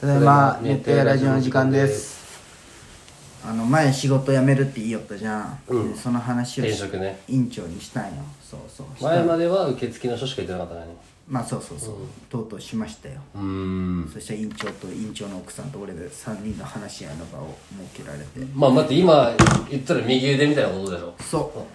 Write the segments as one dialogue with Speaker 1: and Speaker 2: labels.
Speaker 1: ただいま熱帯夜ラジオの時間です
Speaker 2: あの前仕事辞めるって言いよったじゃん、
Speaker 1: うん
Speaker 2: でその話を
Speaker 1: 転職ね
Speaker 2: 院長にしたんよそうそうした
Speaker 1: 前までは受付の書しか言ってなかったね
Speaker 2: まあそうそうそう、とうとうしましたよ、
Speaker 1: うーん
Speaker 2: そしたら院長と院長の奥さんと俺で3人の話し合いの場を設けられて、
Speaker 1: まあ待って今言ったら右腕みたいなことだろ
Speaker 2: そ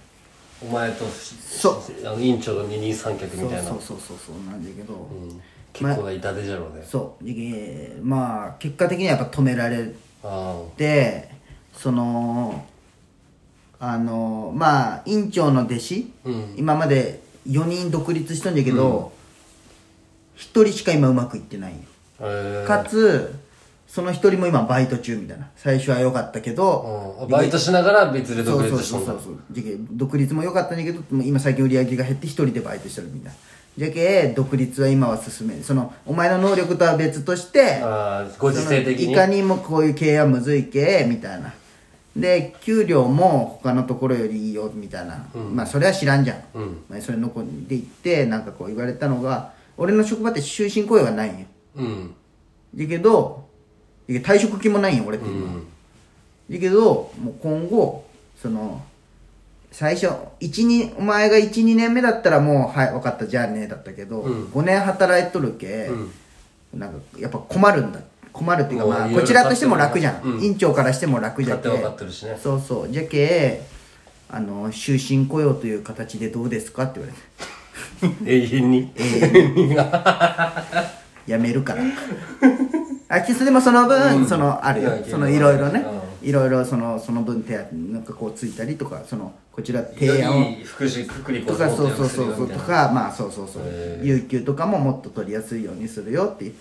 Speaker 2: う
Speaker 1: お前と
Speaker 2: そう
Speaker 1: あの院長の二人三脚みたいな
Speaker 2: そうそうそうそうなんだけど、
Speaker 1: うん結構な痛手じゃろうね
Speaker 2: そうでまあ結果的にはやっぱ止められ
Speaker 1: あ
Speaker 2: てそのあのまあ院長の弟子、
Speaker 1: うん
Speaker 2: 今まで4人独立しとんじゃけど、一1人しか今うまくいってないんよ
Speaker 1: あへえ
Speaker 2: かつその1人も今バイト中みたいな最初は良かったけど、
Speaker 1: うんバイトしながら別で
Speaker 2: そ
Speaker 1: 独
Speaker 2: うそ
Speaker 1: 立
Speaker 2: う
Speaker 1: し
Speaker 2: そ
Speaker 1: た
Speaker 2: うんそ
Speaker 1: だ
Speaker 2: うそうじゃけ独立も良かったんだけどもう今最近売り上げが減って一人でバイトしてるみたいなじゃけ独立は今は進めんそのお前の能力とは別として
Speaker 1: ああご時世的
Speaker 2: その
Speaker 1: に
Speaker 2: いかにもこういう経営はむずい系みたいなで給料も他のところよりいいよみたいな、まあそれは知らんじゃん、
Speaker 1: うん
Speaker 2: まあ、それの子で行ってなんかこう言われたのが俺の職場って終身雇用はないんよ
Speaker 1: うん
Speaker 2: だけどだけど退職金もないんよ俺って
Speaker 1: う
Speaker 2: 今、
Speaker 1: ん
Speaker 2: だけどもう今後その最初一二お前が12年目だったらもうはい分かったじゃあねだったけど、
Speaker 1: うん
Speaker 2: 5年働いとるけ、なんかやっぱ困るんだ困るっていうかま
Speaker 1: もう
Speaker 2: あ
Speaker 1: いろいろ
Speaker 2: こちらとしても楽じゃん、
Speaker 1: うん
Speaker 2: 院長からしても楽じゃ
Speaker 1: 勝
Speaker 2: け
Speaker 1: 手分かってるしね
Speaker 2: そうそうじゃけあの終身雇用という形でどうですかって言われて
Speaker 1: 永遠に
Speaker 2: 辞めるからあきそれもその分、そのあるよ
Speaker 1: いやいや
Speaker 2: そのいろいろね
Speaker 1: う
Speaker 2: いろいろそのその分手当なんかこうついたりとかそのこちら
Speaker 1: よ
Speaker 2: 提案を
Speaker 1: り福祉福利厚
Speaker 2: と
Speaker 1: 生
Speaker 2: か
Speaker 1: を
Speaker 2: そうそう
Speaker 1: 提
Speaker 2: そう
Speaker 1: 案する
Speaker 2: そう
Speaker 1: よみたい
Speaker 2: と
Speaker 1: な
Speaker 2: かまあそうそうそう
Speaker 1: へ
Speaker 2: 有給とかももっと取りやすいようにするよっていう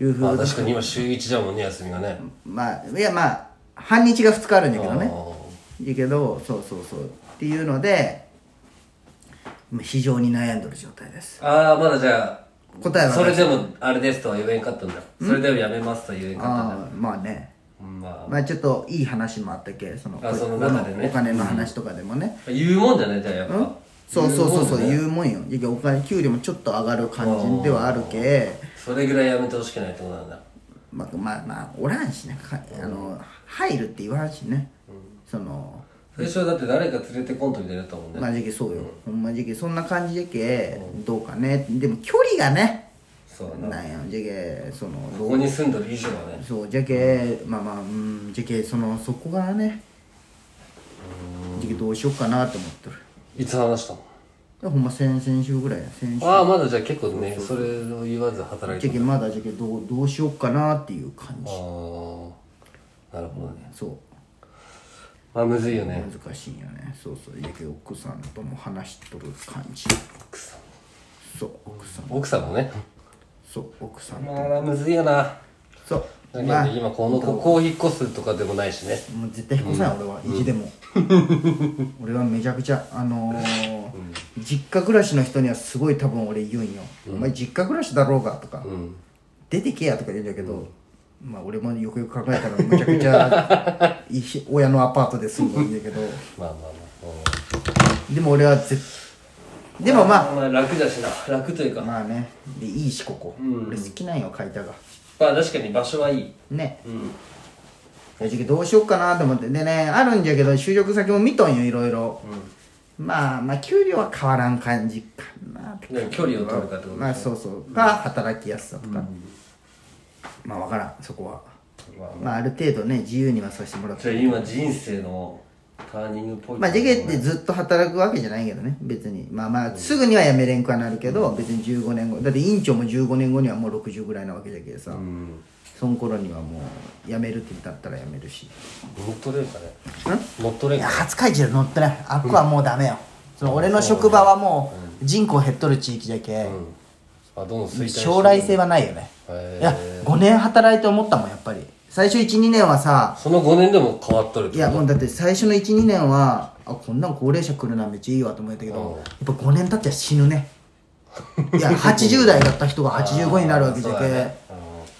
Speaker 2: いうふ
Speaker 1: まあ
Speaker 2: う
Speaker 1: 確かに今週1だもんね休みがね
Speaker 2: まあいやまあ半日が2日あるんだけどね
Speaker 1: あ
Speaker 2: いいけどそうそうそうっていうので今非常に悩んどる状態です
Speaker 1: ーあーまだじゃ
Speaker 2: 答え
Speaker 1: あ
Speaker 2: は
Speaker 1: それでもあれですとは言えんかったんだそれでもやめますとは言えんかったんだ
Speaker 2: ああまあね
Speaker 1: うんま
Speaker 2: まあちょっといい話もあったけその
Speaker 1: あ
Speaker 2: こ
Speaker 1: その中でね
Speaker 2: お金の話とかでもね、
Speaker 1: あ言うもんじゃないじゃあやっぱ
Speaker 2: そうそうそうそう
Speaker 1: 言
Speaker 2: 言うもんよいやお金給料もちょっと上がる感じではあるけ
Speaker 1: それぐらいやめてほしくないってことなんだ
Speaker 2: まあまあまあおらんしねかあの入るって言わんしね、その
Speaker 1: 最初はだって誰か連れてこんとみたいになったもんね
Speaker 2: まあじゃけそうよ、ほんまじゃけそんな感じじゃけどうかねでも距離がね
Speaker 1: そうだな
Speaker 2: なんやじゃけその
Speaker 1: ここに住んどる以上はね
Speaker 2: そうじゃけまあまあうんじゃけそのそこがねじゃけどうしようかなと思ってる
Speaker 1: いつ話したの
Speaker 2: ほんま先々週ぐらいや先週
Speaker 1: ああまだじゃあ結構ねそれを言わず働い
Speaker 2: じ
Speaker 1: て
Speaker 2: ゃけまだじゃけどうどうしようかなっていう感
Speaker 1: ああ
Speaker 2: じ
Speaker 1: なるほどね
Speaker 2: そう
Speaker 1: まあむずいよね
Speaker 2: 難しいよねそうそうじゃけ奥さんとも話しとる感じ
Speaker 1: 奥さん
Speaker 2: そう奥さん
Speaker 1: 奥さんもね
Speaker 2: そう奥さん
Speaker 1: まあむずいよな
Speaker 2: そう
Speaker 1: だけど、
Speaker 2: まあ
Speaker 1: 今このここを引っ越すとかでもないしね
Speaker 2: もう絶対引っ越さない、俺は意地でも俺はめちゃくちゃあのー実家暮らしの人にはすごい多分俺言うんよ、お前実家暮らしだろうがとか、
Speaker 1: うん
Speaker 2: 出てけやとか言うんだけど、まあ俺もよくよく考えたらめちゃくち ゃいい親のアパートで住むんだけど
Speaker 1: まあまあま
Speaker 2: でも俺は絶でもま
Speaker 1: あ、うんまあ楽だしな 楽というか
Speaker 2: あ
Speaker 1: まあ、
Speaker 2: まあねでいいしここ、俺好きなんよ書いたが
Speaker 1: 確かに場所はいい
Speaker 2: ね
Speaker 1: うん
Speaker 2: 正直どうしようかなと思ってでねあるんじゃけど就職先も見とんよいろいろ、まあまあ給料は変わらん感じかなって
Speaker 1: でも距離を取るかってこと
Speaker 2: まあそうそうか働きやすさとか、まあ分からんそこは
Speaker 1: まあ
Speaker 2: まあある程度ね自由にはさせてもらっ
Speaker 1: じゃあ
Speaker 2: て
Speaker 1: 今人生のターニングポイント
Speaker 2: まあジェゲってずっと働くわけじゃないけどね別にまあまあすぐには辞めれんくはなるけど、別に15年後だって院長も15年後にはもう60ぐらいなわけじゃけどさ、
Speaker 1: うん
Speaker 2: その頃にはもう辞めるって言ったったら辞めるし
Speaker 1: 乗っ取れるかね
Speaker 2: うん
Speaker 1: 乗っ取
Speaker 2: い
Speaker 1: れ
Speaker 2: や
Speaker 1: るか
Speaker 2: 初会場乗ってないあっこはもうダメよ、その俺の職場はもう人口減っとる地域じゃけ、
Speaker 1: うんあどんどん衰退してる
Speaker 2: 将来性はないよね、
Speaker 1: へー
Speaker 2: いや5年働いて思ったもんやっぱり最初12年はさ
Speaker 1: その5年でも変わっとるって
Speaker 2: い
Speaker 1: こ
Speaker 2: や
Speaker 1: と
Speaker 2: もうだって最初の12年はあこんなん高齢者来るなめっちゃいいわと思ったけど、
Speaker 1: うん
Speaker 2: やっぱ5年経っちゃ死ぬ ねいや80代だった人が85になるわけじゃけ、
Speaker 1: そうだね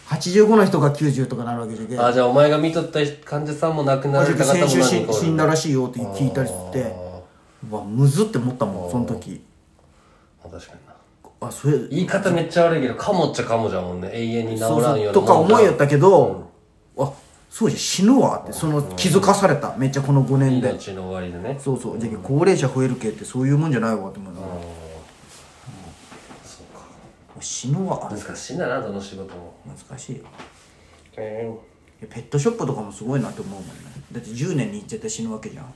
Speaker 2: 85の人が90とかなるわけじゃけ
Speaker 1: うんあじゃあお前が見とった患者さんも亡くなられた方も
Speaker 2: 先週
Speaker 1: 何人か
Speaker 2: 死
Speaker 1: おる
Speaker 2: 死んだらしいよって聞いたりしてうわむずって思ったもんその時
Speaker 1: あ確かにな
Speaker 2: あそれ
Speaker 1: 言い方めっちゃ悪いけど、かもっちゃかもじゃもんね。永遠に治
Speaker 2: そう
Speaker 1: らん
Speaker 2: そ
Speaker 1: よ
Speaker 2: う
Speaker 1: うな
Speaker 2: と
Speaker 1: もん
Speaker 2: か思いや
Speaker 1: よ
Speaker 2: ったけど、あそうじゃん死ぬわってその気づかされためっちゃこの5年で
Speaker 1: 命の終わりでね。
Speaker 2: そうそうじゃあ高齢者増える系ってそういうもんじゃないわって思うなも
Speaker 1: そう
Speaker 2: う死ぬわ
Speaker 1: か。難しいんだな、どの仕事も。
Speaker 2: 難しいよ
Speaker 1: え
Speaker 2: いやペットショップとかもすごいなって思うもんねだって10年に絶対死ぬわけじゃん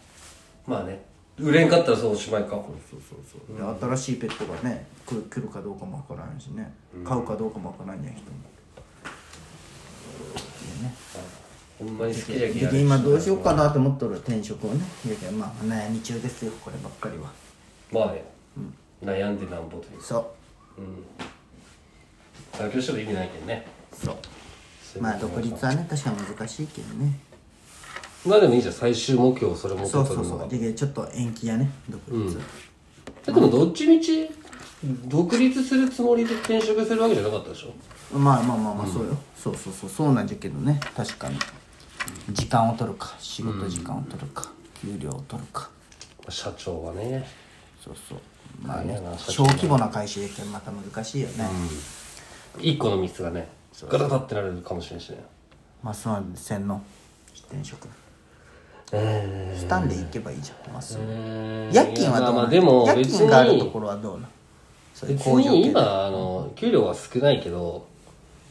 Speaker 1: まあね。売れんかったらそうおしまいか。
Speaker 2: そうそうそうで新しいペットがね来る来るかどうかもわからないしね飼うかどうかもわからないじゃん人も
Speaker 1: ほんまに好きじゃけ
Speaker 3: で今どうしようかなと思っとる転職をねいやけどまあ悩み中ですよこればっかりは
Speaker 1: まあね。悩んでなんぼというか。
Speaker 2: そう
Speaker 1: 妥協しても意味ないけどね。
Speaker 2: そうまあ独立はね確かに難しいけどね
Speaker 1: まあでもいいじゃん、最終目標をそれ持って
Speaker 2: そ
Speaker 1: と
Speaker 2: うそう
Speaker 1: るの
Speaker 2: そ
Speaker 1: が
Speaker 2: う。でちょっと延期やね独立、
Speaker 1: えでもどっちみち、独立するつもりで転職するわけじゃなかったでしょ
Speaker 2: まあまあまあまあそうよ、そうそうそうそうなんじゃけどね確かに時間を取るか仕事時間を取るか、給料を取るか
Speaker 1: 社長はね。
Speaker 2: そうそうまあ
Speaker 1: い
Speaker 2: ね
Speaker 1: やな
Speaker 2: 小規模な会社やけんまた難しいよね、
Speaker 1: 一個のミスがね、ガタガタってなるかもしれんしね。
Speaker 2: まあそうなんです洗脳転職
Speaker 1: え
Speaker 2: スタンで行けばいいじゃんまあそう
Speaker 1: ー
Speaker 2: 夜勤はどう
Speaker 1: いやま
Speaker 2: な
Speaker 1: あ
Speaker 2: ん
Speaker 1: でも
Speaker 2: 夜
Speaker 1: 別
Speaker 2: 勤があると
Speaker 1: に
Speaker 2: ころはどうなんそういう
Speaker 1: 別
Speaker 2: 工場系
Speaker 1: に
Speaker 2: で
Speaker 1: 今あの給料は少ないけど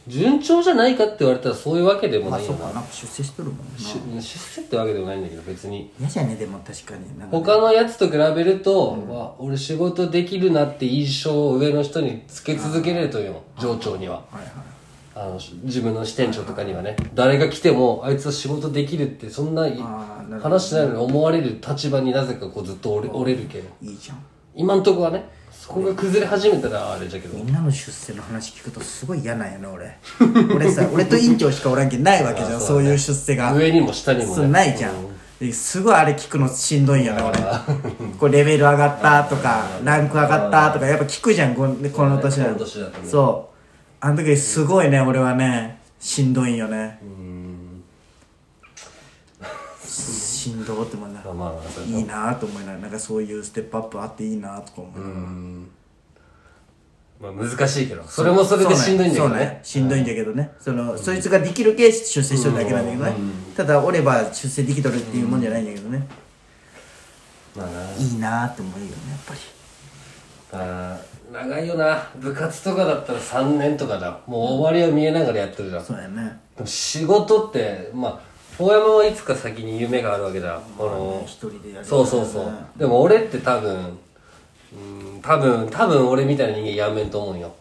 Speaker 1: 順調じゃないかって言われたらそういうわけでも
Speaker 2: まあ
Speaker 1: ないよ
Speaker 2: そう
Speaker 1: な
Speaker 2: かなんか出世しとるもんな
Speaker 1: し出世ってわけでもないんだけど別に
Speaker 2: 嫌じゃねでも確かになんか
Speaker 1: 他のやつと比べると、わ俺仕事できるなって印象を上の人につけ続けれるというの上長には
Speaker 2: はいはい
Speaker 1: あの自分の支店長とかにはね誰が来てもあいつは仕事できるってそんな
Speaker 2: あーなるほど
Speaker 1: 話しないのに思われる立場になぜかこうずっと折れ折れるけど
Speaker 2: いいじゃん
Speaker 1: 今んとこはねそこが崩れ始めたらあれじゃけど
Speaker 2: みんなの出世の話聞くとすごい嫌なんやな俺俺 さ俺と院長しかおらんけんないわけじゃんそう,、いう出世が
Speaker 1: 上にも下にも
Speaker 2: そうないじゃん、ですごいあれ聞くのしんどいんやな俺こうレベル上がったとかランク上がったとかやっぱ聞くじゃんこんこの年だ
Speaker 1: この年だとね
Speaker 2: そうあの時すごいね俺はねしんどいんよねししんどってもんな
Speaker 1: まあまあそれ
Speaker 2: いいなと思いながらなんかそういうステップアップあっていいなとか思いながら
Speaker 1: まあ難しいけどそれもそれでしんどいんだけど
Speaker 2: そうね
Speaker 1: ね
Speaker 2: しんどいんだけどね、そのそいつができるけ出世してるだけなんだけどね、ただおれば出世できとるっていうもんじゃないんだけどね、
Speaker 1: まあない
Speaker 2: いなーって思うよねやっぱり
Speaker 1: あー長いよな部活とかだったら3年とかだもう終わりを見えながらやってるじゃんで
Speaker 2: そうやね
Speaker 1: も仕事ってまあ大山はいつか先に夢があるわけだこの
Speaker 2: 一人でやる
Speaker 1: そうそうそうでも俺って多分うん多分多分俺みたいな人間やめんと思うんよ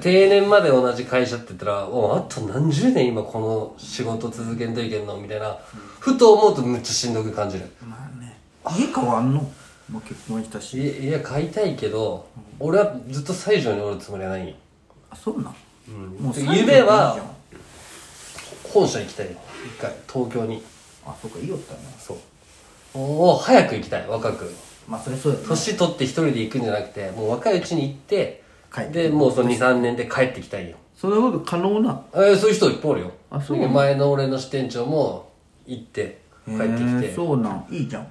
Speaker 1: 定年まで同じ会社って言ったらおあと何十年今この仕事続けんといけんのみたいなふと思うとむっちゃしんどく感じる
Speaker 2: まあね家変わんのもう結婚したし
Speaker 1: いいや買いたいけど俺はずっと西条におるつもりはないんよ
Speaker 2: あそうなん、もう
Speaker 1: 夢
Speaker 2: 30でいい
Speaker 1: は
Speaker 2: じゃん
Speaker 1: 本社行きたいよ一回東京に
Speaker 2: あそうかいいよったね
Speaker 1: そうもう早く行きたい若く
Speaker 2: まあそれそうやね
Speaker 1: 年取って一人で行くんじゃなくてもう若いうちに行って
Speaker 2: 帰って
Speaker 1: でもうその23年で帰ってきたいよ
Speaker 2: そんなこと可能な
Speaker 1: えーそういう人いっぱいおるよ
Speaker 2: あそう
Speaker 1: 前の俺の支店長も行って帰ってき
Speaker 2: へー
Speaker 1: て
Speaker 2: そうなんいいじゃん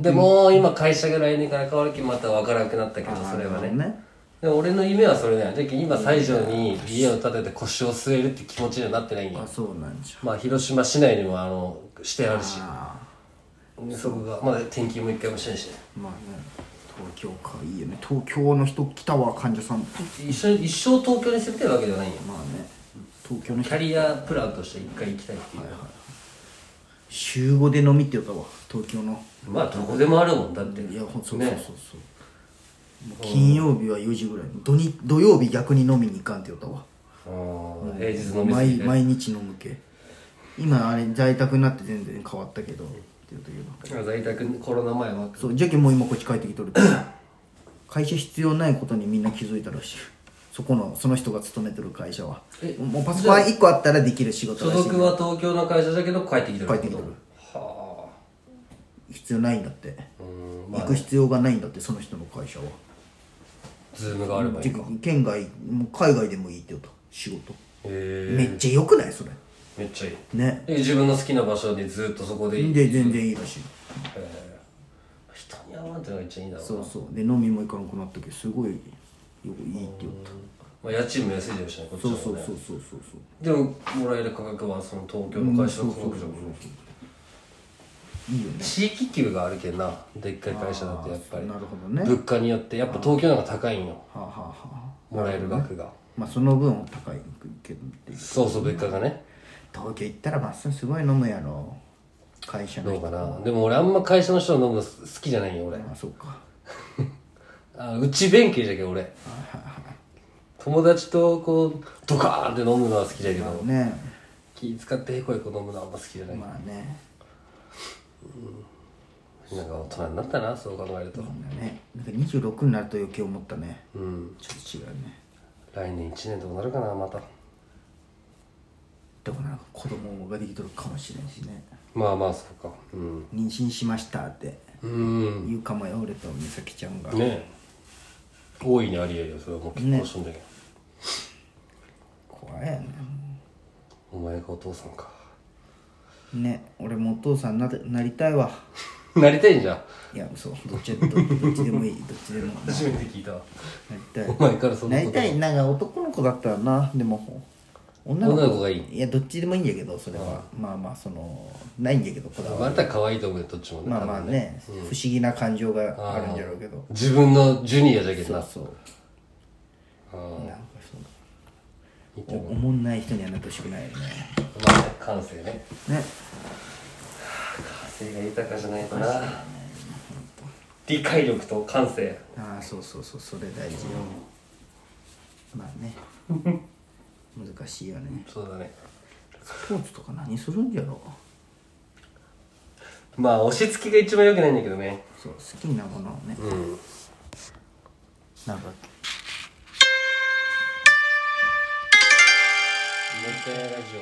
Speaker 1: でもう今会社が来年から変わるけまた分からなくなったけどそれは
Speaker 2: なるほ
Speaker 1: ね
Speaker 2: どね
Speaker 1: でも俺の夢はそれだよだけど今西条に家を建てて腰を据えるって気持ちにはなってないんよ
Speaker 2: あそうなんじゃ
Speaker 1: まあ広島市内にもあの支店あるし
Speaker 2: あ
Speaker 1: でそこがまだ転勤も一回もしてないしね
Speaker 2: まあね東京かいいよね東京の人来たわ患者さん
Speaker 1: 一緒に一生東京に住みたいわけではないんよ
Speaker 2: まあね東京の
Speaker 1: キ
Speaker 2: 人
Speaker 1: ャリアプランとして一回行きたいっていう、
Speaker 2: 週5で飲みって言ったわ東京の
Speaker 1: まあどこでもあるもんだって
Speaker 2: いやほんそうそうそうそう、
Speaker 1: ね
Speaker 2: もう金曜日は4時ぐらい土日土曜日逆に飲みに行かんって言ったわ
Speaker 1: あー平日飲み過
Speaker 2: 毎
Speaker 1: ぎて
Speaker 2: 毎日飲むけ今あれ在宅になって全然変わったけどって言うと言うの
Speaker 1: 在宅コロナ前は
Speaker 2: そうじゃけんもう今こっち帰ってきとるけ ど会社必要ないことにみんな気づいたらしいそこのその人が勤めてる会社は
Speaker 1: え
Speaker 2: もうパソコン1個あったらできる仕事
Speaker 1: 所
Speaker 2: らしい
Speaker 1: 属は東京の会社だけど帰ってきてる
Speaker 2: 帰ってきてる
Speaker 1: は
Speaker 2: 必要ないんだって、
Speaker 1: あうん
Speaker 2: 行く必要がないんだってその人の会社は
Speaker 1: ズームがあればい
Speaker 2: て
Speaker 1: い
Speaker 2: か
Speaker 1: か
Speaker 2: 県外もう海外でもいいって言うと仕事
Speaker 1: へ
Speaker 2: めっちゃ良くないそれ
Speaker 1: えめっちゃいい
Speaker 2: ね
Speaker 1: で自分の好きな場所にずっとそこでいい
Speaker 2: で全然いいらしい
Speaker 1: 人に会わんってのが一番いいんだろうな
Speaker 2: そうそうで飲みも行かなくなったけどすごいよいいって言った
Speaker 1: まあ、家賃も安いでしょうねこっち
Speaker 2: そ
Speaker 1: は
Speaker 2: う
Speaker 1: ね
Speaker 2: そうそうそうそうそう
Speaker 1: でももらえる価格はその東京の会社の価格じゃん
Speaker 2: いいよね
Speaker 1: 地域給があるけんなでっかい会社だってやっぱり
Speaker 2: なるほどねは
Speaker 1: 物価によってやっぱ東京の方が高いんよ
Speaker 2: あ、はあはあ、
Speaker 1: もらえる額が
Speaker 2: まあその分高いけどっていう
Speaker 1: そうそう物価がね
Speaker 2: 東京行ったらまっすぐすごい飲むやろ会社の
Speaker 1: どう
Speaker 2: 人
Speaker 1: かなでも俺あんま会社の人飲むの好きじゃないよ俺
Speaker 2: あそうか
Speaker 1: あうち弁慶じゃけん俺友達とこうドカーンって飲むのは好きだけど
Speaker 2: ね
Speaker 1: 気使ってへこへこ飲むのはあんま好きじゃない
Speaker 2: まあね
Speaker 1: なんか大人になったなそう考えると
Speaker 2: なんかねなんか26になると余計思ったね
Speaker 1: うん
Speaker 2: ちょっと違うね
Speaker 1: 来年1年どうなるかなまた
Speaker 2: だからなんか子供ができとるかもしれんしね
Speaker 1: まあまあそうかうん
Speaker 2: 妊娠しましたって
Speaker 1: うん
Speaker 2: 言うかもよ俺と美咲ちゃんが、
Speaker 1: ねえ大いにありえるよそれはもう結婚しとんだけど、
Speaker 2: 怖いよね
Speaker 1: お前がお父さんか
Speaker 2: ね俺もお父さんななりたいわ
Speaker 1: なりたいんじゃん
Speaker 2: いや嘘どっちどどっちでもいいどっちでもな
Speaker 1: 初めて聞いたわ
Speaker 2: りたい
Speaker 1: お前からそんな
Speaker 2: な
Speaker 1: こ
Speaker 2: り
Speaker 1: と
Speaker 2: たいなんか男の子だったらなでも女
Speaker 1: 女の子がい
Speaker 2: いやどっちでもいいんやけどそれはまあまあそのないんやけどこだわ
Speaker 1: また可愛いと思うよどっちもね
Speaker 2: りまあまあね不思議な感情があるんじゃろうけど
Speaker 1: 自分のジュニアじゃけど
Speaker 2: そう
Speaker 1: な
Speaker 2: そう
Speaker 1: うん
Speaker 2: なんかそうおおもんない人にはなってほしくないよね
Speaker 1: まあね感性ね
Speaker 2: ね
Speaker 1: 感性が豊かじゃないとな理解力と感性
Speaker 2: ああそうそうそうそれ大事よまあね 難しいよね
Speaker 1: そうだね
Speaker 2: スポーツとか何するんじゃろう
Speaker 1: まあ押し付けが一番良くないんだけどね
Speaker 2: そう好きなものをね
Speaker 1: うん
Speaker 2: なんか
Speaker 1: 熱帯夜ラジオ